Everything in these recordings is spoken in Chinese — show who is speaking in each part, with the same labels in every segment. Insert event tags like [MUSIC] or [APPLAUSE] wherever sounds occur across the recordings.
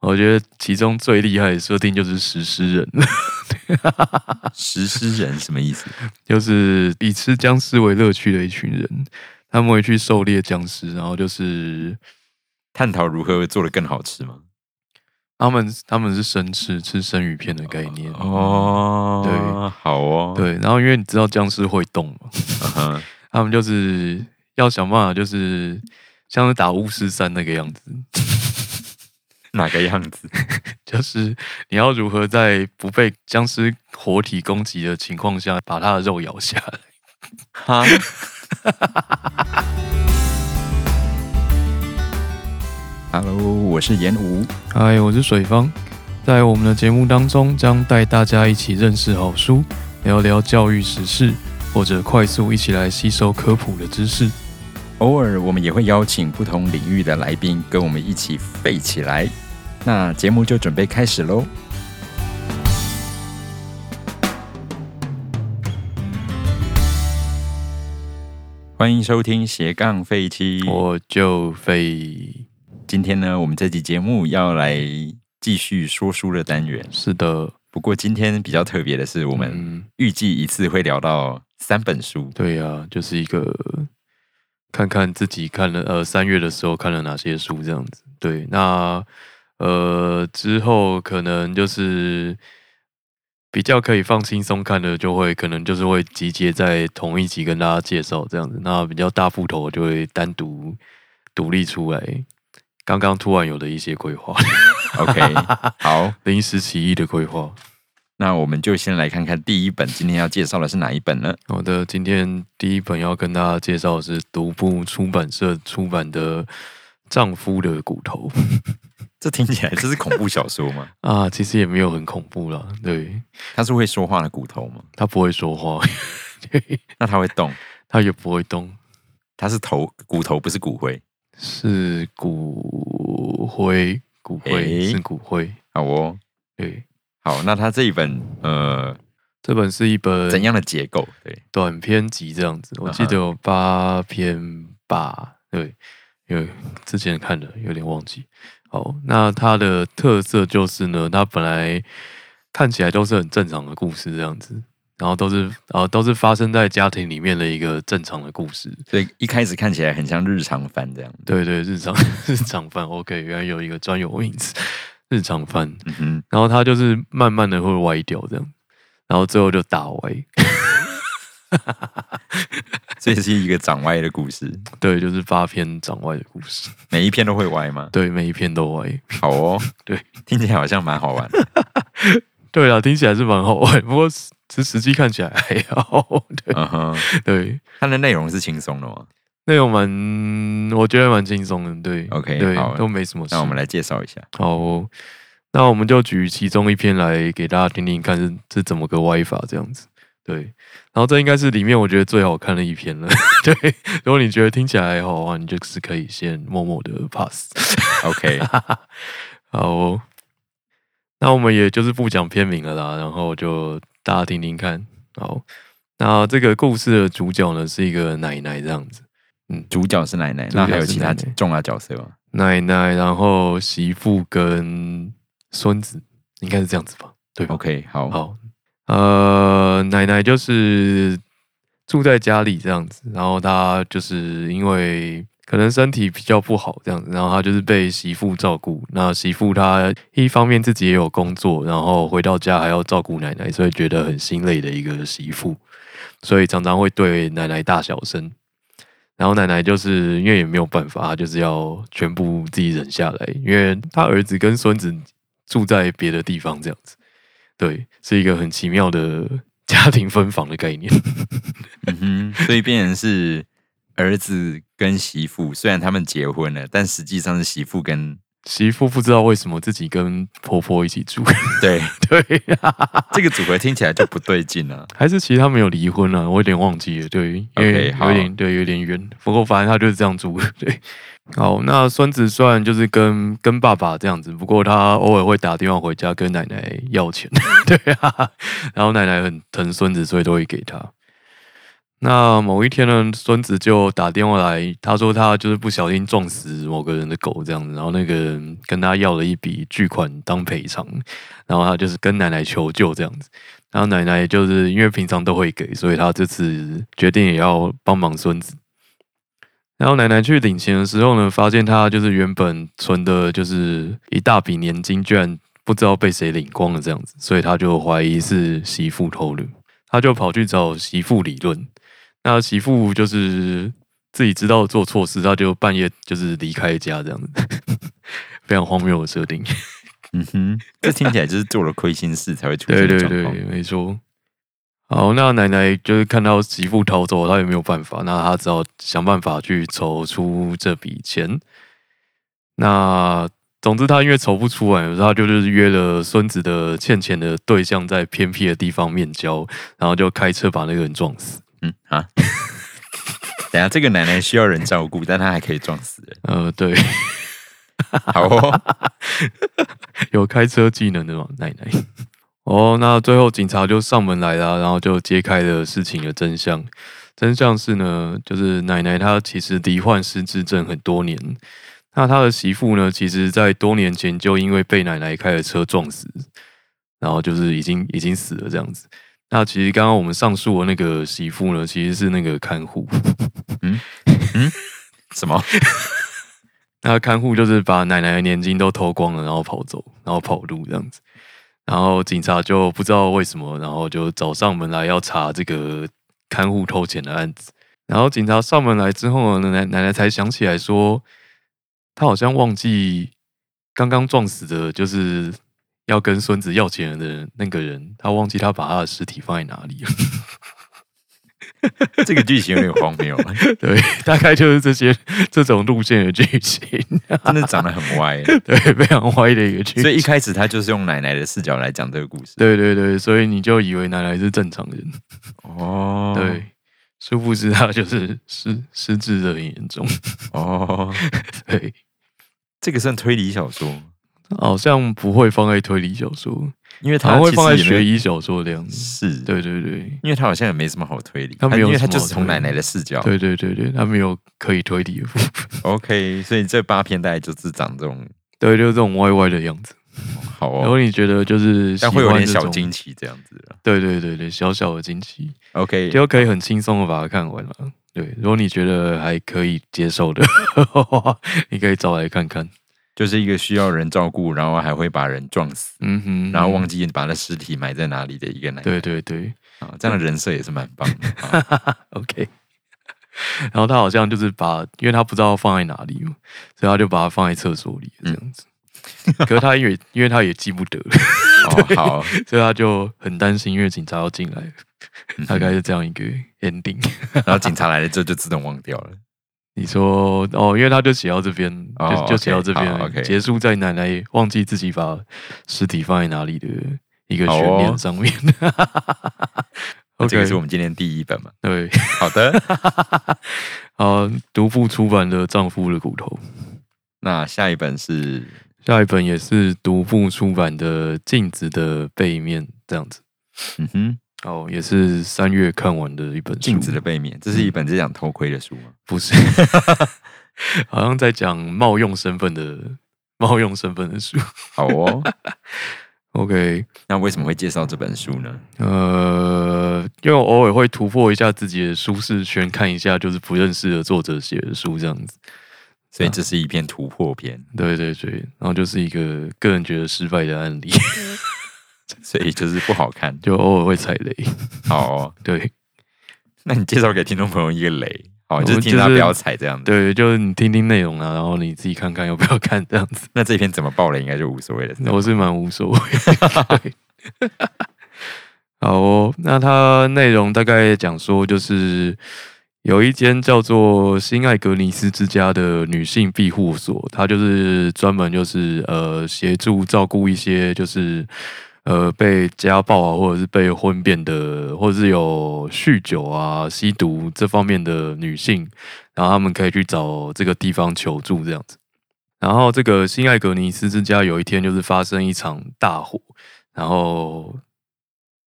Speaker 1: 我觉得其中最厉害的设定就是食尸人， [LAUGHS]
Speaker 2: 食尸人什么意 [LAUGHS] 思？
Speaker 1: 就是以吃僵尸为乐趣的一群人，他们会去狩猎僵尸，然后就是
Speaker 2: 探讨如何做的更好吃吗？
Speaker 1: 他们他们是生吃，吃生鱼片的概念。
Speaker 2: 哦，
Speaker 1: 对，
Speaker 2: 好哦，
Speaker 1: 对，然后因为你知道僵尸会动嘛，
Speaker 2: 嗯哼，
Speaker 1: 他们就是要想办法，就是像是打巫师三那个样子，
Speaker 2: [LAUGHS]
Speaker 1: [LAUGHS]
Speaker 2: 哪个样子？
Speaker 1: 就是你要如何在不被僵尸活体攻击的情况下，把它的肉咬下来。
Speaker 2: 哈，Hello，我是严吴。
Speaker 1: 嗨，哎我是水方，在我们的节目当中，将带大家一起认识好书，聊聊教育时事，或者快速一起来吸收科普的知识。
Speaker 2: 偶尔我们也会邀请不同领域的来宾跟我们一起废起来。那节目就准备开始喽。欢迎收听斜杠废期。
Speaker 1: 我就飞，
Speaker 2: 今天呢，我们这期节目要来继续说书的单元。
Speaker 1: 是的，嗯
Speaker 2: 不过今天比较特别的是，我
Speaker 1: 我
Speaker 2: 们预计一次会聊到三本书。
Speaker 1: 对呀、就是一个看看自己看了呃三月的时候看了哪些书这样子。对，那呃之后可能就是比较可以放轻松看的，就会可能就是会集结在同一集跟大家介绍这样子。那比较大部头就会单独独立出来。刚刚突然有的一些规划， [LAUGHS]
Speaker 2: OK，好，
Speaker 1: 临时起意的规划。
Speaker 2: 那我们就先来看看第一本今天要介绍的是哪一本呢？
Speaker 1: 好的，今天第一本要跟大家介绍的是独步出版社出版的《丈夫的骨头》？
Speaker 2: 这听起来这是恐怖小说吗
Speaker 1: [LAUGHS] 啊，其实也没有很恐怖啦，对
Speaker 2: 它是会说话的骨头吗？
Speaker 1: 他不会说话， [LAUGHS]
Speaker 2: 那它会动？
Speaker 1: 他也不会动，
Speaker 2: 它是头骨头，不是骨灰。
Speaker 1: 是骨灰，骨灰、
Speaker 2: 诶
Speaker 1: 是骨灰，
Speaker 2: 好哦，
Speaker 1: 对。
Speaker 2: 好，那它这一本呃
Speaker 1: 这本是一
Speaker 2: 怎
Speaker 1: 本
Speaker 2: 样的结构？对，
Speaker 1: 短篇集，这样子，我记
Speaker 2: 嗯哼
Speaker 1: 得有八篇吧，对，因为之前看的有点忘记。好，那它的特色就是呢，它本来看起来都是很正常的故事这样子，然后都是呃都是发生在家庭里面的一个正常的故事，
Speaker 2: 所以一开始看起来很像日常番这样。
Speaker 1: 对对，日常 [LAUGHS] 日常番，OK，原来有一个专有名词，日常番，
Speaker 2: 嗯哼，
Speaker 1: 然后它就是慢慢的会歪掉这样，然后最后就打歪，
Speaker 2: 所以是一个长歪的故事，
Speaker 1: 对，就是八篇长歪的故事，
Speaker 2: 每一篇都会歪吗？
Speaker 1: 对，每一篇都歪。
Speaker 2: 好哦，
Speaker 1: [LAUGHS] 对，
Speaker 2: 听起来好像蛮好玩的。
Speaker 1: [LAUGHS] 对啊，听起来是蛮好玩，不过实实实际看起来还好。对
Speaker 2: 嗯哼，
Speaker 1: 对，
Speaker 2: 它的内容是轻松的哦吗？
Speaker 1: 内容蛮，我觉得蛮轻松的。对
Speaker 2: OK，好
Speaker 1: 对，都没什么事。
Speaker 2: 那我们来介绍一下。
Speaker 1: 好哦，那我们就举其中一篇来给大家听听看是是怎么个歪法这样子。对，然后这应该是里面我觉得最好看的一篇了。 [LAUGHS] 对，如果你觉得听起来还好玩，你就是可以先默默的 pass。 [LAUGHS]
Speaker 2: OK，
Speaker 1: 好、哦，那我们也就是不讲片名了啦，然后就大家听听看。好，那这个故事的主角呢是一个奶奶这样子，
Speaker 2: 主角是奶奶，
Speaker 1: 主角
Speaker 2: 那还有其他
Speaker 1: 是奶奶
Speaker 2: 重要角色吗？
Speaker 1: 奶奶，然后媳妇跟孙子，应该是这样子吧？对吧
Speaker 2: OK，好，
Speaker 1: 好，呃，奶奶就是住在家里这样子，然后她就是因为可能身体比较不好这样子，然后她就是被媳妇照顾。那媳妇她一方面自己也有工作，然后回到家还要照顾奶奶，所以觉得很心累的一个媳妇，所以常常会对奶奶大小声。然后奶奶就是因为也没有办法，她就是要全部自己忍下来，因为她儿子跟孙子住在别的地方这样子。对，是一个很奇妙的 [LAUGHS] 家庭分房的概念。
Speaker 2: 嗯哼，所以变成是儿子跟媳妇，虽然他们结婚了，但实际上是媳
Speaker 1: [LAUGHS]
Speaker 2: 妇跟
Speaker 1: 媳妇不知道为什么自己跟婆婆一起住， [LAUGHS]
Speaker 2: 对
Speaker 1: 对，
Speaker 2: 这个组合听起来就不对劲了、
Speaker 1: 还是其实他们有离婚了、我有点忘记了，对，因
Speaker 2: OK，
Speaker 1: 为
Speaker 2: 好
Speaker 1: 有点对有点远，不过反正他就是这样住，对。好，那孙子虽然就是跟跟爸爸这样子，不过他偶尔会打电话回家跟奶奶 [LAUGHS] 要钱，对啊，然后奶奶很疼孙子，所以都会给他。那某一天呢，孙子就打电话来，他说他就是不小心撞死某个人的狗这样子，然后那个人跟他要了一笔巨款当赔偿，然后他就是跟奶奶求救这样子，然后奶奶就是因为平常都会给，所以他这次决定也要帮忙孙子。然后奶奶去领钱的时候呢，发现她就是原本存的就是一大笔年金，居然不知道被谁领光了这样子，所以她就怀疑是媳妇偷的，她就跑去找媳妇理论。那媳妇就是自己知道做错事，她就半夜就是离开家这样子， [LAUGHS] 非常荒谬的设定。
Speaker 2: 嗯哼，这听起来就是做了亏心事才会出
Speaker 1: 对
Speaker 2: 现的
Speaker 1: 对
Speaker 2: 状
Speaker 1: 对
Speaker 2: 况。，
Speaker 1: 没错。好，那奶奶就是看到媳妇逃走，她也没有办法，那她只好想办法去筹出这笔钱。那总之，她因为筹不出来，她就是约了孙子的欠钱的对象在偏僻的地方面交，然后就开车把那个人撞死。
Speaker 2: 嗯啊，等一下这个奶奶需要人照顾，但她还可以撞死人。
Speaker 1: 呃，对，
Speaker 2: 好哦，
Speaker 1: [LAUGHS] 有开车技能的嘛，奶奶。 [LAUGHS] 哦，那最后警察就上门来啦，然后就揭开了事情的真相。真相是呢，就是奶奶她其实罹患失智症很多年，那她的媳妇呢，其实在多年前就因为被奶奶开的车撞死，然后就是已经已经死了这样子。那其实刚刚我们上述的那个媳妇呢，其实是那个看护，
Speaker 2: 什么？
Speaker 1: 那看护就是把奶奶的年金都偷光了，然后跑走，然后跑路这样子。然后警察就不知道为什么，然后就找上门来要查这个看护偷钱的案子。然后警察上门来之后呢，奶奶奶才想起来说，她好像忘记刚刚撞死的，就是要跟孙子要钱的那个人，她忘记她把她的尸体放在哪里了。 [LAUGHS]
Speaker 2: 这个剧情有点荒谬，
Speaker 1: 对，大概就是这些这种路线的剧情， [LAUGHS]
Speaker 2: 真的长得很歪。欸
Speaker 1: 对，非常歪的一个剧情。
Speaker 2: 所以一开始他就是用奶奶的视角来讲这个故事。
Speaker 1: 对对对，所以你就以为奶奶是正常人，
Speaker 2: 哦，
Speaker 1: 对，殊不知她就是失失智的很严重， [LAUGHS]
Speaker 2: 哦，
Speaker 1: 对，
Speaker 2: 这个算推理小说，
Speaker 1: 好像不会放在推理小说，
Speaker 2: 因为
Speaker 1: 好
Speaker 2: 他
Speaker 1: 像会
Speaker 2: 其实
Speaker 1: 放在
Speaker 2: 也没有
Speaker 1: 悬疑小说的样子，
Speaker 2: 是，，
Speaker 1: 对对对
Speaker 2: 因为他好像也没什么好推理，
Speaker 1: 他没有
Speaker 2: 因为他
Speaker 1: 什么
Speaker 2: 就是
Speaker 1: 好
Speaker 2: 从
Speaker 1: 推
Speaker 2: 奶
Speaker 1: 理
Speaker 2: 奶的视角。
Speaker 1: 对对对对，他没有可以推理的部分， [LAUGHS]
Speaker 2: OK，所以这八篇大概就是长这种
Speaker 1: 对，就是这种歪歪的样子。
Speaker 2: 好
Speaker 1: 然后
Speaker 2: 哦，
Speaker 1: 你觉得就是喜
Speaker 2: 但会有
Speaker 1: 欢
Speaker 2: 点
Speaker 1: 这
Speaker 2: 小
Speaker 1: 种
Speaker 2: 惊奇这样子了。
Speaker 1: 对对对对，小小的惊喜，
Speaker 2: OK，
Speaker 1: 就可以很轻松的把它看完了。对，如果你觉得还可以接受的话， [LAUGHS] 你可以找来看看。
Speaker 2: 就是一个需要人照顾，然后还会把人撞死，
Speaker 1: 嗯哼，
Speaker 2: 然后忘记把那尸体埋在哪里的一个奶奶。
Speaker 1: 对对对
Speaker 2: 啊，这样的人设也是蛮棒的。啊
Speaker 1: [LAUGHS] ，OK。然后他好像就是把，因为他不知道放在哪里嘛，所以他就把它放在厕所里这样子。
Speaker 2: 嗯
Speaker 1: 可是他因为因为他也记不得， [LAUGHS]
Speaker 2: 哦，好，
Speaker 1: 所以他就很担心，因为警察要进来，
Speaker 2: 嗯
Speaker 1: [LAUGHS] 大概是这样一个 ending。 [LAUGHS]
Speaker 2: 然后警察来了之后就自动忘掉了。
Speaker 1: 你说哦，因为他就写到这边，
Speaker 2: 哦
Speaker 1: 就就写到
Speaker 2: OK，
Speaker 1: 这边
Speaker 2: 好
Speaker 1: 而已，
Speaker 2: ，OK
Speaker 1: 结束在奶奶忘记自己把尸体放在哪里的一个
Speaker 2: 好
Speaker 1: 悬念
Speaker 2: 哦
Speaker 1: 上
Speaker 2: [LAUGHS]
Speaker 1: 面。
Speaker 2: 那这个
Speaker 1: OK，
Speaker 2: 是我们今天第一本嘛？
Speaker 1: 对， [LAUGHS]
Speaker 2: 好的，
Speaker 1: 啊，独步出版的《丈夫的骨头》。
Speaker 2: 那下一本是
Speaker 1: 下一本也是独步出版的《镜子的背面》这样子，
Speaker 2: 嗯哼，
Speaker 1: 哦，也是三月看完的一本书
Speaker 2: 镜子的背面，这是一本在讲偷窥的书吗？
Speaker 1: 不是， [LAUGHS] 好像在讲冒用身份的冒用身份的书。
Speaker 2: 好
Speaker 1: [LAUGHS]
Speaker 2: 哦，
Speaker 1: OK，
Speaker 2: 那为什么会介绍这本书呢？
Speaker 1: 呃，因为我偶尔会突破一下自己的舒适圈，看一下就是不认识的作者写的书这样子。
Speaker 2: 所以
Speaker 1: 嗯
Speaker 2: 这是一篇突破篇，
Speaker 1: 对对对，然后就是一个个人觉得失败的案例，
Speaker 2: [LAUGHS]
Speaker 1: [LAUGHS]
Speaker 2: 所以就是不好看。
Speaker 1: 就偶尔会踩雷。
Speaker 2: 好哦，
Speaker 1: 对
Speaker 2: 那你介绍给听众朋友一个雷，好，
Speaker 1: 我
Speaker 2: 就是听
Speaker 1: 就
Speaker 2: 他
Speaker 1: 是
Speaker 2: 不要踩这样子。
Speaker 1: 对，就是你听听内容啊，然后你自己看看要不要看这样子。
Speaker 2: 那这篇怎么爆雷应该就无所谓了。
Speaker 1: 我是蛮无所谓。对好哦，那它内容大概讲说，就是有一间叫做新艾格尼斯之家的女性庇护所，它就是专门就是呃协助照顾一些就是呃被家暴啊，或者是被婚变的，或者是有酗酒啊、吸毒这方面的女性，然后他们可以去找这个地方求助这样子。然后这个新艾格尼斯之家有一天就是发生一场大火，然后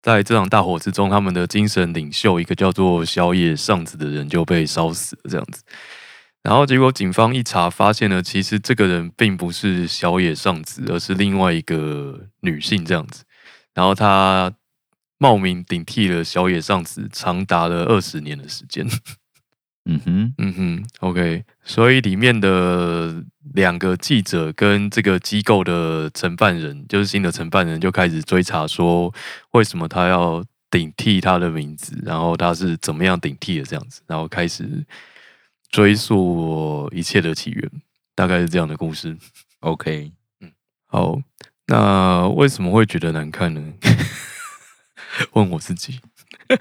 Speaker 1: 在这场大火之中，他们的精神领袖一个叫做小野尚子的人就被烧死了，这样子。然后结果警方一查，发现呢，其实这个人并不是小野尚子，而是另外一个女性这样子。然后她冒名顶替了小野尚子长达了二十年的时间。
Speaker 2: 嗯哼，
Speaker 1: 嗯哼，OK，所以里面的两个记者跟这个机构的承办人，就是新的承办人，就开始追查说为什么他要顶替他的名字，然后他是怎么样顶替的这样子，然后开始追溯一切的起源，大概是这样的故事。
Speaker 2: ，OK，
Speaker 1: 好，那为什么会觉得难看呢？ [LAUGHS] 问我自己。 [LAUGHS]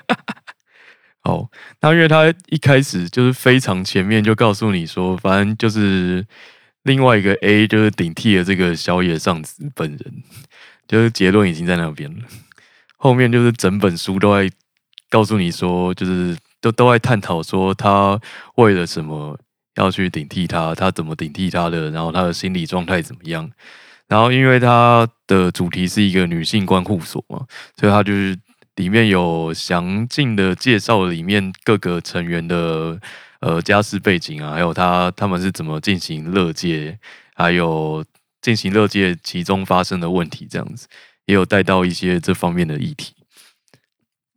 Speaker 1: 好，那因为他一开始就是非常前面就告诉你说，反正就是另外一个 A 就是顶替了这个小野尚子本人， [LAUGHS] 就是结论已经在那边了。后面就是整本书都在告诉你说，就是都都在探讨说他为了什么要去顶替他，他怎么顶替他的，然后他的心理状态怎么样，然后因为它的主题是一个女性观护所嘛，所以它就是里面有详尽的介绍里面各个成员的呃家世背景啊，还有他他们是怎么进行乐界，还有进行乐界其中发生的问题这样子，也有带到一些这方面的议题。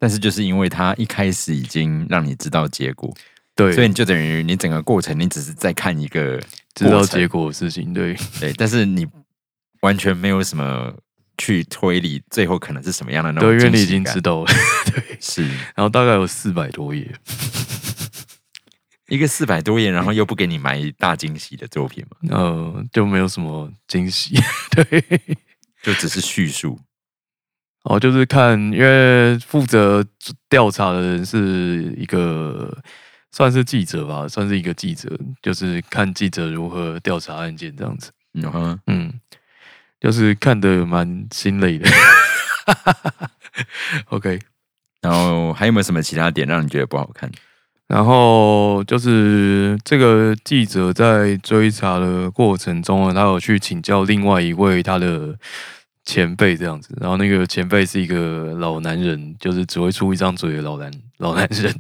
Speaker 2: 但是就是因为他一开始已经让你知道结果，
Speaker 1: 对，
Speaker 2: 所以你就等于你整个过程你只是在看一个
Speaker 1: 知道
Speaker 2: 过程
Speaker 1: 结果的事情，对，
Speaker 2: 对，但是你完全没有什么去推理最后可能是什么样的那种
Speaker 1: 对，因为你
Speaker 2: 惊
Speaker 1: 已
Speaker 2: 喜
Speaker 1: 经
Speaker 2: 感
Speaker 1: 知道了， [LAUGHS] 对，
Speaker 2: 是
Speaker 1: 然后大概有四百多页，
Speaker 2: 一个四百多页，然后又不给你埋大惊喜的作品嘛，
Speaker 1: 呃，就没有什么惊喜，对。
Speaker 2: 就只是叙述。
Speaker 1: 哦，就是看，因为负责调查的人是一个算是记者吧，算是一个记者，就是看记者如何调查案件这样子。
Speaker 2: 嗯哼，
Speaker 1: 嗯，就是看得蛮心累的。OK，
Speaker 2: 然后还有没有什么其他点让你觉得不好看？
Speaker 1: 然后就是这个记者在追查的过程中呢，他有去请教另外一位他的前辈这样子，然后那个前辈是一个老男人，就是只会出一张嘴的老男老男人，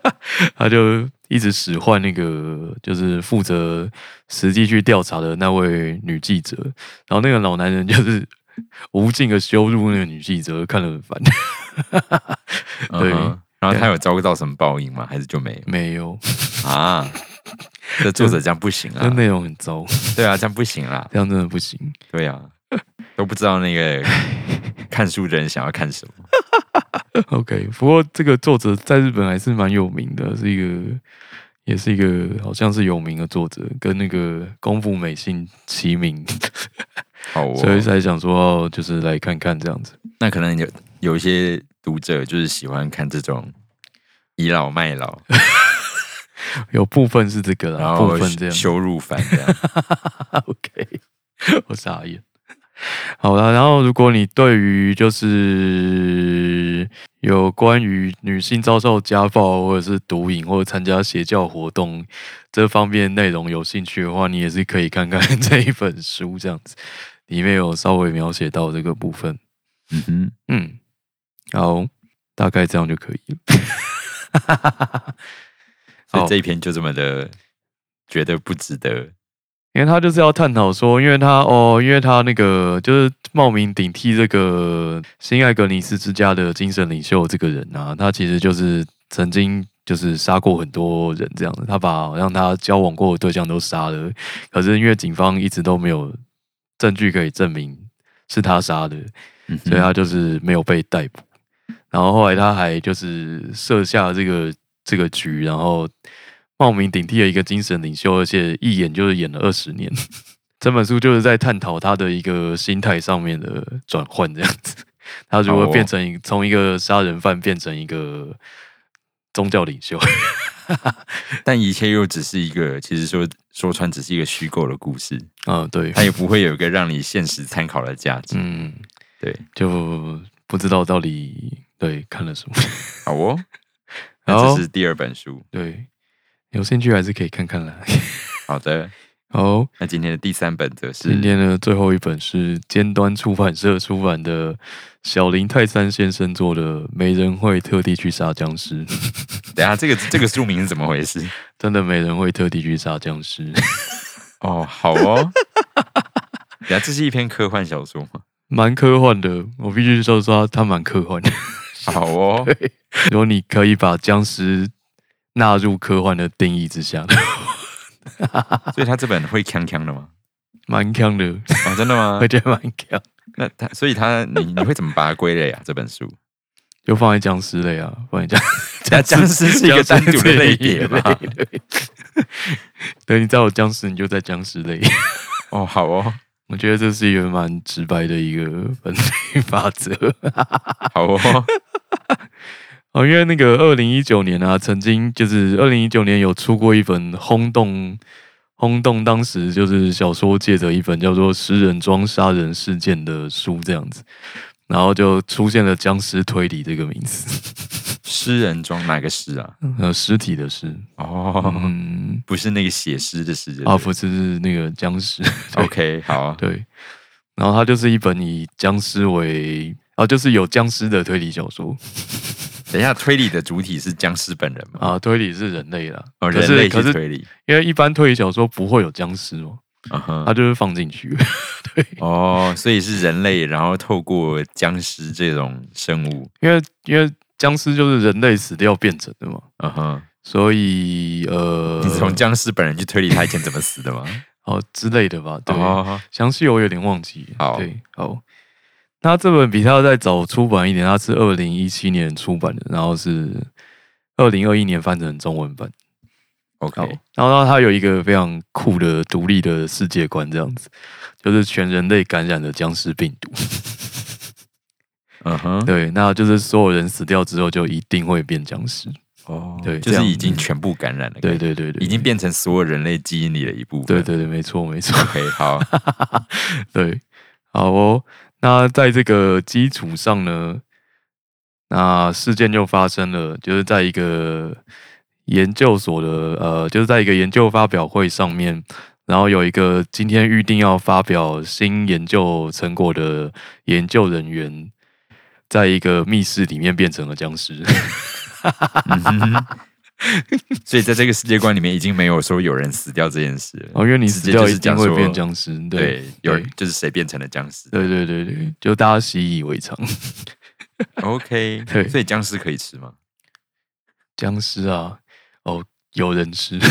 Speaker 1: [LAUGHS] 他就一直使唤那个就是负责实际去调查的那位女记者，然后那个老男人就是无尽的羞辱那个女记者，看得很烦。 [LAUGHS] 对
Speaker 2: 嗯哼然后他有遭到什么报应吗？还是就没
Speaker 1: 没有， [LAUGHS]
Speaker 2: 有啊？这作者这样不行
Speaker 1: 那
Speaker 2: 啊！
Speaker 1: 内容很糟，
Speaker 2: 对啊，这样不行啦！
Speaker 1: 这样真的不行。
Speaker 2: 对啊，都不知道
Speaker 1: [LAUGHS]
Speaker 2: 那个看书的人想要看什么。
Speaker 1: OK，不过这个作者在日本还是蛮有名的，是一个，也是一个好像是有名的作者，跟那个宫部美幸齐名，
Speaker 2: 好哦，
Speaker 1: 所以才想说哦就是来看看这样子。
Speaker 2: 那可能有有一些读者就是喜欢看这种倚老卖
Speaker 1: [LAUGHS]
Speaker 2: 老，
Speaker 1: 有部分是这个
Speaker 2: 然
Speaker 1: 啦，部
Speaker 2: 后
Speaker 1: 分这样。
Speaker 2: 羞辱犯这
Speaker 1: [LAUGHS]
Speaker 2: 样。
Speaker 1: OK，我傻眼。好了，然后如果你对于就是有关于女性遭受家暴，或者是毒瘾，或者参加邪教活动这方面内容有兴趣的话，你也是可以看 [LAUGHS] 看这一本书，这样子里面有稍微描写到这个部分。
Speaker 2: 嗯哼，
Speaker 1: 嗯，好，大概这样就可以了。
Speaker 2: 所
Speaker 1: 好
Speaker 2: 以这一篇就这么的觉得不值得。
Speaker 1: 因为他就是要探讨说，因为他哦，因为他那个就是冒名顶替这个新艾格尼斯之家的精神领袖这个人啊，他其实就是曾经就是杀过很多人这样的，他把让他交往过的对象都杀了，可是因为警方一直都没有证据可以证明是他杀的，
Speaker 2: 嗯哼
Speaker 1: 所以他就是没有被逮捕。然后后来他还就是设下这个这个局，然后冒名顶替了一个精神领袖，而且一演就是演了二十年。这本书就是在探讨他的一个心态上面的转换，这样子，他如何
Speaker 2: 好哦
Speaker 1: 变成一从一个杀人犯变成一个宗教领袖。 [LAUGHS]
Speaker 2: 但一切又只是一个，其实说说穿只是一个虚构的故事，
Speaker 1: 啊，对，
Speaker 2: 它也不会有一个让你现实参考的价值。
Speaker 1: 嗯，
Speaker 2: 对，
Speaker 1: 就不知道到底对看了
Speaker 2: [LAUGHS]
Speaker 1: 什么。[LAUGHS]
Speaker 2: 好哦，
Speaker 1: 好哦
Speaker 2: 那这是第二本书。
Speaker 1: 对，有兴趣还是可以看看啦。 [LAUGHS]
Speaker 2: 好的，
Speaker 1: 好，
Speaker 2: 那今天的第三本则
Speaker 1: 今
Speaker 2: 是
Speaker 1: 天的最后一本是尖端出版社出版的小林泰山先生做的《没人会特地去杀僵尸》， [LAUGHS]
Speaker 2: 等一下这个这个书名是怎么回事？
Speaker 1: 真的没人会特地去杀僵尸。
Speaker 2: 哦，好
Speaker 1: [LAUGHS]
Speaker 2: 哦。等一下这是一篇科幻小说吗？
Speaker 1: 蛮科幻的，我必须说说它蛮科幻的。 [LAUGHS]
Speaker 2: 好哦，
Speaker 1: 如果你可以把僵尸纳入科幻的定义之下， [LAUGHS]
Speaker 2: 所以他这本会锵锵的吗？
Speaker 1: 蛮强的， [LAUGHS]
Speaker 2: 哦，真的吗
Speaker 1: 我？觉得蛮强，
Speaker 2: 那他所以他你你会怎么把它归类啊？这本书？
Speaker 1: 就放在僵尸类啊， [LAUGHS] 放在
Speaker 2: [LAUGHS] 那
Speaker 1: 僵
Speaker 2: 僵尸是一个单独的类别吧？
Speaker 1: 僵尸类对 [LAUGHS] 对，你知道有僵尸，你就在僵尸类。 [LAUGHS]
Speaker 2: 哦，好哦，
Speaker 1: 我觉得这是一个蛮直白的一个分类法则。 [LAUGHS]
Speaker 2: 好哦，
Speaker 1: 哦，因为那个二零一九年啊，曾经就是二零一九年有出过一本轰动轰动当时就是小说界的一本叫做《食人庄杀人事件》的书这样子，然后就出现了僵尸推理这个名词，
Speaker 2: 诗人中哪个诗啊？
Speaker 1: [LAUGHS] 呃，尸体的尸，
Speaker 2: 哦，
Speaker 1: 嗯，
Speaker 2: 不是那个写诗的诗人
Speaker 1: 啊，不是是那个僵尸， [LAUGHS] 对
Speaker 2: ，OK，好，
Speaker 1: 对，然后它就是一本以僵尸为啊，就是有僵尸的推理小说
Speaker 2: 等一下，推理的主体是僵尸本人吗？
Speaker 1: 啊，推理是人类啦，
Speaker 2: 哦，
Speaker 1: 可
Speaker 2: 人
Speaker 1: 是
Speaker 2: 类
Speaker 1: 可
Speaker 2: 是
Speaker 1: 是
Speaker 2: 推理，
Speaker 1: 因为一般推理小说不会有僵尸嘛。
Speaker 2: 嗯
Speaker 1: 它
Speaker 2: 哼，
Speaker 1: 就是放进去。
Speaker 2: 哦，所以是人类，然后透过僵尸这种生物，
Speaker 1: 因为因为僵尸就是人类死掉变成的嘛，
Speaker 2: 嗯哼，
Speaker 1: 所以呃，
Speaker 2: 你从僵尸本人去推理他以前怎么死的吗？
Speaker 1: 哦之类的 [LAUGHS] 吧，对，
Speaker 2: 哦，
Speaker 1: 详细我有点忘记。
Speaker 2: 好
Speaker 1: 对，好。那这本比它再早出版一点，它是二零一七年出版的，然后是二零二一年翻成中文版。
Speaker 2: OK，
Speaker 1: 好，然后它有一个非常酷的独立的世界观，这样子，就是全人类感染的僵尸病毒。
Speaker 2: 嗯哼，
Speaker 1: 对，那就是所有人死掉之后就一定会变僵尸。
Speaker 2: 哦，
Speaker 1: 对
Speaker 2: 就
Speaker 1: 这
Speaker 2: 是
Speaker 1: 样嗯
Speaker 2: 已经全部感染了，
Speaker 1: 对，对对对，
Speaker 2: 已经变成所有人类基因里的一部分，
Speaker 1: 对对对，没错没错，
Speaker 2: ，OK，好，
Speaker 1: [LAUGHS] 对，好哦。那在这个基础上呢，那事件就发生了，就是在一个研究所的呃，就是在一个研究发表会上面，然后有一个今天预定要发表新研究成果的研究人员，在一个密室里面变成了僵尸。 [LAUGHS]
Speaker 2: 嗯哼所以在这个世界观里面，已经没有说有人死掉这件事了。
Speaker 1: 哦，因为你
Speaker 2: 直
Speaker 1: 死
Speaker 2: 接
Speaker 1: 掉
Speaker 2: 就是
Speaker 1: 一定
Speaker 2: 讲
Speaker 1: 会
Speaker 2: 说
Speaker 1: 变僵尸，对
Speaker 2: 对，有
Speaker 1: 对
Speaker 2: 人就是谁变成了僵尸。
Speaker 1: 对对对对，就大家习以为常。 [LAUGHS]
Speaker 2: ，OK，
Speaker 1: 对
Speaker 2: 所以僵尸可以吃吗？
Speaker 1: 僵尸啊，哦，有人吃。
Speaker 2: [LAUGHS]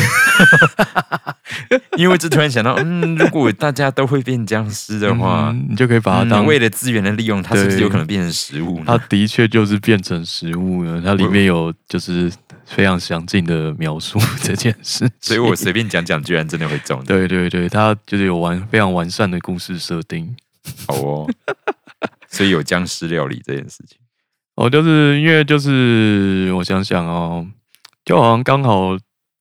Speaker 2: 因为这突然想到，嗯，如果大家都会变僵尸的话，
Speaker 1: 嗯你就可以把它
Speaker 2: 嗯
Speaker 1: 当。
Speaker 2: 为了资源的利用，它是不是
Speaker 1: 对
Speaker 2: 有可能变成食物
Speaker 1: 它
Speaker 2: 呢？
Speaker 1: 的确就是变成食物了，它里面有就是非常详尽的描述这件事情。
Speaker 2: 所以我随便讲讲，居然真的会中。，
Speaker 1: 对对对，它就是有完非常完善的故事设定。
Speaker 2: 好哦。所以有僵尸料理这件事情，
Speaker 1: 哦，就是因为就是我想想哦，就好像刚好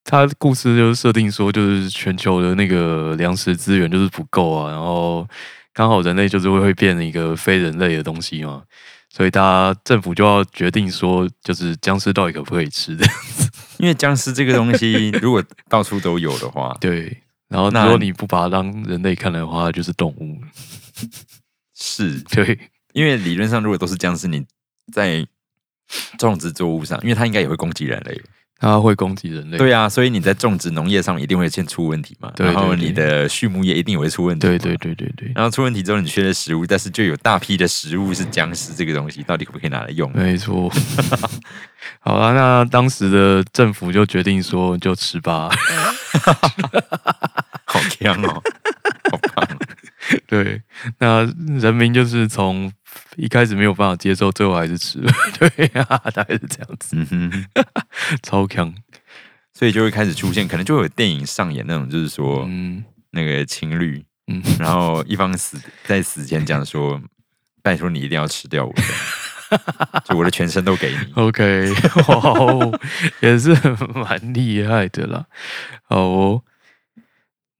Speaker 1: 它故事就是设定说，就是全球的那个粮食资源就是不够啊，然后刚好人类就是会会变成一个非人类的东西嘛，所以大家政府就要决定说，就是僵尸到底可不可以吃的， [LAUGHS]
Speaker 2: 因为僵尸这个东西，如果到处都有的话，
Speaker 1: 对。然后，如
Speaker 2: 那
Speaker 1: 果你不把它当人类看的话，它就是动物。 [LAUGHS]
Speaker 2: 是
Speaker 1: 对，
Speaker 2: 因为理论上如果都是僵尸，你在种植作物上，因为它应该也会攻击人类。
Speaker 1: 它会攻击人类。
Speaker 2: 对啊，所以你在种植农业上一定会先出问题嘛，
Speaker 1: 对对
Speaker 2: 然后
Speaker 1: 对
Speaker 2: 你的畜牧业一定也会出问题，
Speaker 1: 对，对，对，对，对，
Speaker 2: 然后出问题之后你缺了食物，但是就有大批的食物是僵尸这个东西，到底可不可以拿来用？
Speaker 1: 没错。 [LAUGHS] 好啦，那当时的政府就决定说，就吃吧。
Speaker 2: 好香哦，好棒哦，
Speaker 1: [LAUGHS] 对，那人民就是从一开始没有办法接受，最后还是吃了。 [LAUGHS] 对啊，大概是这样子，
Speaker 2: 嗯哼，
Speaker 1: 超强。
Speaker 2: 所以就会开始出现，可能就会有电影上演那种，就是说、
Speaker 1: 嗯
Speaker 2: 那个情侣，
Speaker 1: 嗯，
Speaker 2: 然后一方死在死前讲说，拜托你一定要吃掉我的，就我的全身都给
Speaker 1: 哦
Speaker 2: 你。
Speaker 1: OK，哇 [LAUGHS] 哦，也是蛮厉害的啦。好哦，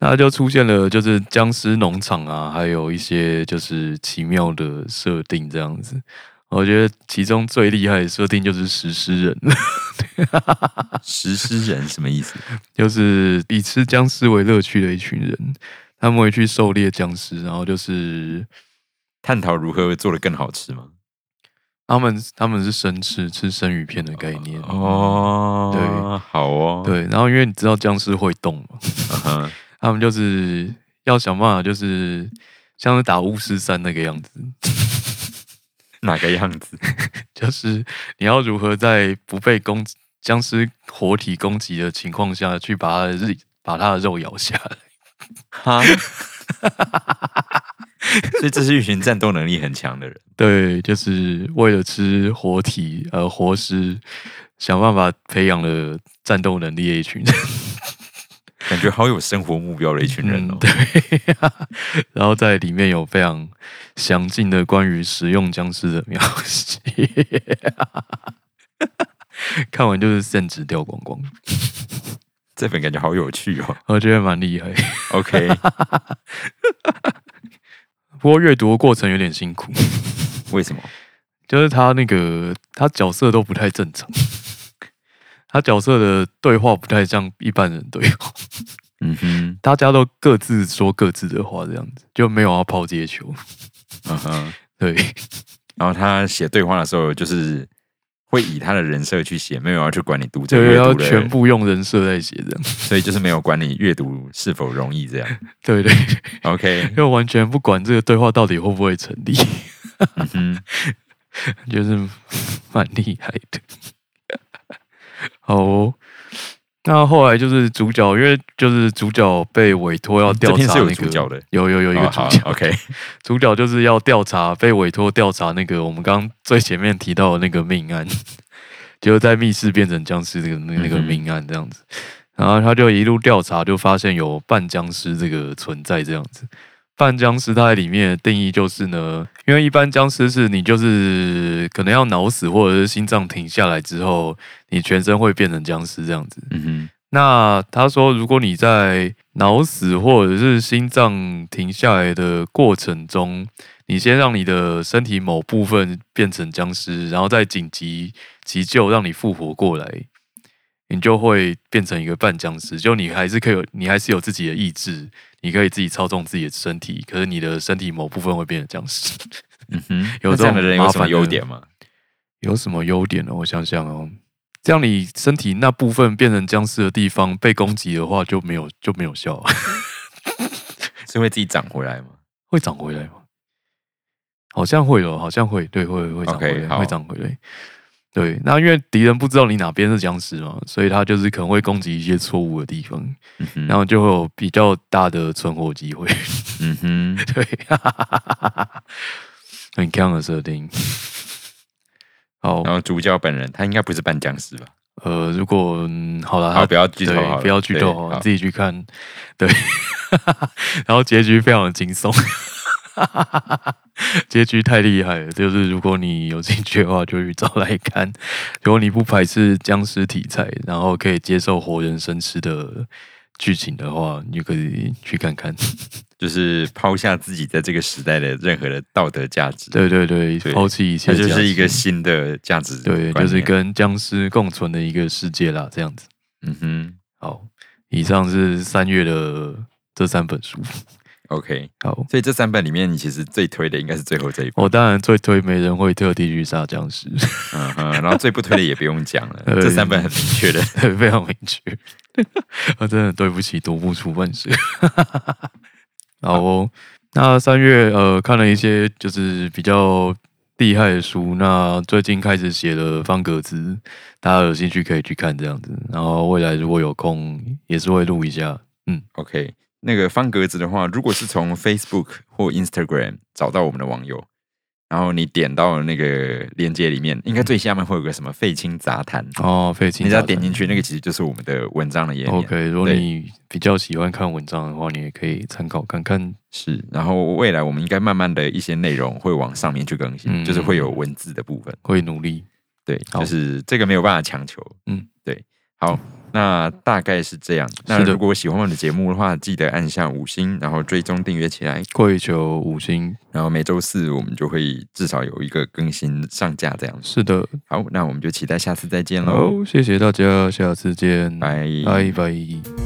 Speaker 1: 那就出现了就是僵尸农场啊，还有一些就是奇妙的设定这样子。我觉得其中最厉害的设定就是食尸人，
Speaker 2: 实施人什么意思？
Speaker 1: 就是以吃僵尸为乐趣的一群人，他们会去狩猎僵尸，然后就是
Speaker 2: 探讨如何做的更好吃吗？
Speaker 1: 他们他们是生吃，吃生鱼片的概念。
Speaker 2: 哦，
Speaker 1: 对，
Speaker 2: 好哦，
Speaker 1: 对，然后因为你知道僵尸会动嘛，
Speaker 2: 嗯哼，
Speaker 1: 他们就是要想办法，就是像是打巫师三那个样子， [LAUGHS]
Speaker 2: 哪个样子？
Speaker 1: 就是你要如何在不被攻击僵尸活体攻击的情况下去把它的肉把它的肉咬下来。
Speaker 2: 哈， [LAUGHS] 所以这是一群战斗能力很强的人。
Speaker 1: 对，就是为了吃活体呃活尸，想办法培养了战斗能力的一群人。
Speaker 2: 感觉好有生活目标的一群人
Speaker 1: 嗯
Speaker 2: 哦。
Speaker 1: 对、 [LAUGHS] 然后在里面有非常详尽的关于食用僵尸的描写， [LAUGHS] 看完就是圣旨掉光光，
Speaker 2: 这本感觉好有趣哦。
Speaker 1: 我觉得蛮厉害。
Speaker 2: OK， [LAUGHS]
Speaker 1: 不过阅读的过程有点辛苦，
Speaker 2: 为什么？
Speaker 1: 就是他那个他角色都不太正常， [LAUGHS] 他角色的对话不太像一般人对话，
Speaker 2: 嗯哼，
Speaker 1: 大家都各自说各自的话，这样子就没有要抛接球。 [LAUGHS]
Speaker 2: 嗯哼。 [LAUGHS]
Speaker 1: 对，
Speaker 2: 然后他写对话的时候，就是会以他的人设去写，没有要去管你读者
Speaker 1: 就
Speaker 2: 阅
Speaker 1: 要
Speaker 2: 读的，
Speaker 1: 全，部用人设在写这样。
Speaker 2: 所以就是没有管你阅读是否容易
Speaker 1: [LAUGHS]
Speaker 2: 这样。
Speaker 1: 对
Speaker 2: [LAUGHS]
Speaker 1: 对
Speaker 2: OK，
Speaker 1: 因为完全不管这个对话到底会不会成立，
Speaker 2: 嗯哼，
Speaker 1: [LAUGHS] 就是蛮厉害的。 [LAUGHS] 好、哦，那后来就是主角，因为就是主角被委托要调
Speaker 2: 这篇
Speaker 1: 查
Speaker 2: 是有
Speaker 1: 那
Speaker 2: 主
Speaker 1: 个，
Speaker 2: 角的，
Speaker 1: 有有有一个
Speaker 2: 哦
Speaker 1: 主
Speaker 2: 好
Speaker 1: 角，
Speaker 2: OK，
Speaker 1: 主角就是要调查被委托调查那个我们刚刚最前面提到的那个命案， [LAUGHS] 就是在密室变成僵尸这个那那个
Speaker 2: 嗯哼
Speaker 1: 命案这样子。然后他就一路调查，就发现有半僵尸这个存在这样子。半僵尸它在里面的定义就是呢，因为一般僵尸是你就是可能要脑死或者是心脏停下来之后，你全身会变成僵尸这样子。
Speaker 2: 嗯哼，
Speaker 1: 那他说，如果你在脑死或者是心脏停下来的过程中，你先让你的身体某部分变成僵尸，然后再紧急急救让你复活过来，你就会变成一个半僵尸。就你还是可以有，你还是有自己的意志，你可以自己操纵自己的身体，可是你的身体某部分会变成僵尸。 [LAUGHS]
Speaker 2: 嗯哼，
Speaker 1: 有这
Speaker 2: 那这样的
Speaker 1: 种
Speaker 2: 人有
Speaker 1: 麻
Speaker 2: 什么
Speaker 1: 烦的
Speaker 2: 优点吗？
Speaker 1: 有什么优点呢？我想想哦，这样你身体那部分变成僵尸的地方被攻击的话，就没有就没有效、啊，
Speaker 2: 是会自己长回来吗？
Speaker 1: 会长回来吗？好像会哦，好像会，对，会会长
Speaker 2: OK，
Speaker 1: 回来
Speaker 2: 好
Speaker 1: 会长回来。对，那因为敌人不知道你哪边是僵尸嘛，所以他就是可能会攻击一些错误的地方，
Speaker 2: 嗯哼，
Speaker 1: 然后就会有比较大的存活机会。
Speaker 2: 嗯哼，
Speaker 1: 对，很强的设定。 [LAUGHS] 好，
Speaker 2: 然后主角本人他应该不是扮僵尸吧？
Speaker 1: 呃，如果、嗯、好了，
Speaker 2: 好，
Speaker 1: 他
Speaker 2: 不要剧透
Speaker 1: 对
Speaker 2: 好了，
Speaker 1: 不要剧透
Speaker 2: 对
Speaker 1: 哦，
Speaker 2: 好
Speaker 1: 你自己去看。对， [LAUGHS] 然后结局非常的惊悚，结局太厉害了。就是如果你有兴趣的话，就去找来看。如果你不排斥僵尸题材，然后可以接受活人生吃的剧情的话，你就可以去看 [LAUGHS] 看。
Speaker 2: 就是抛下自己在这个时代的任何的道德价值，，
Speaker 1: 对对对，
Speaker 2: 对
Speaker 1: 抛弃一切
Speaker 2: 它就
Speaker 1: 僵
Speaker 2: 是一
Speaker 1: 尸
Speaker 2: 个新的价值观
Speaker 1: 对，
Speaker 2: 念，
Speaker 1: 就是跟僵尸共存的一个世界啦，这样子。
Speaker 2: 嗯哼
Speaker 1: 好，以上是三月的这三本书。
Speaker 2: ，OK。
Speaker 1: 好，
Speaker 2: 所以这三本里面，你其实最推的应该是最后这一
Speaker 1: [LAUGHS]
Speaker 2: 本，
Speaker 1: 我哦当然最推没人会特地去杀僵尸，
Speaker 2: 嗯哼，然后最不推的也不用
Speaker 1: [LAUGHS]
Speaker 2: 讲了，
Speaker 1: 呃
Speaker 2: [LAUGHS] 这三本很明
Speaker 1: [LAUGHS]
Speaker 2: 确的。 [LAUGHS]
Speaker 1: 非常明确。 [LAUGHS] 我真的对不起独步出版社。 [LAUGHS] 好哦，那三月呃看了一些就是比较厉害的书，那最近开始写了方格子，大家有兴趣可以去看这样子。然后未来如果有空也是会录一下。
Speaker 2: OK，那个方格子的话，如果是从 Facebook 或 Instagram 找到我们的网友，然后你点到那个链接里面，应该最下面会有个什么废青杂谈，
Speaker 1: 哦，费劲。
Speaker 2: 你只要点进去，那个其实就是我们的文章的页面。
Speaker 1: OK，如果
Speaker 2: 对
Speaker 1: 你比较喜欢看文章的话，你也可以参考看看。
Speaker 2: 是，然后未来我们应该慢慢的一些内容会往上面去更新，
Speaker 1: 嗯
Speaker 2: 就是会有文字的部分。
Speaker 1: 会努力。
Speaker 2: 对，
Speaker 1: 好
Speaker 2: 就是这个没有办法强求。
Speaker 1: 嗯，
Speaker 2: 对。好，那大概是这样。那
Speaker 1: 是的
Speaker 2: 如果喜欢我们的节目的话，记得按下五星，然后追踪订阅起来。
Speaker 1: 跪求五星，
Speaker 2: 然后每周四我们就会至少有一个更新上架这样子。
Speaker 1: 是的，
Speaker 2: 好，那我们就期待下次再见喽，
Speaker 1: 好，谢谢大家，下次见，
Speaker 2: 拜
Speaker 1: 拜拜。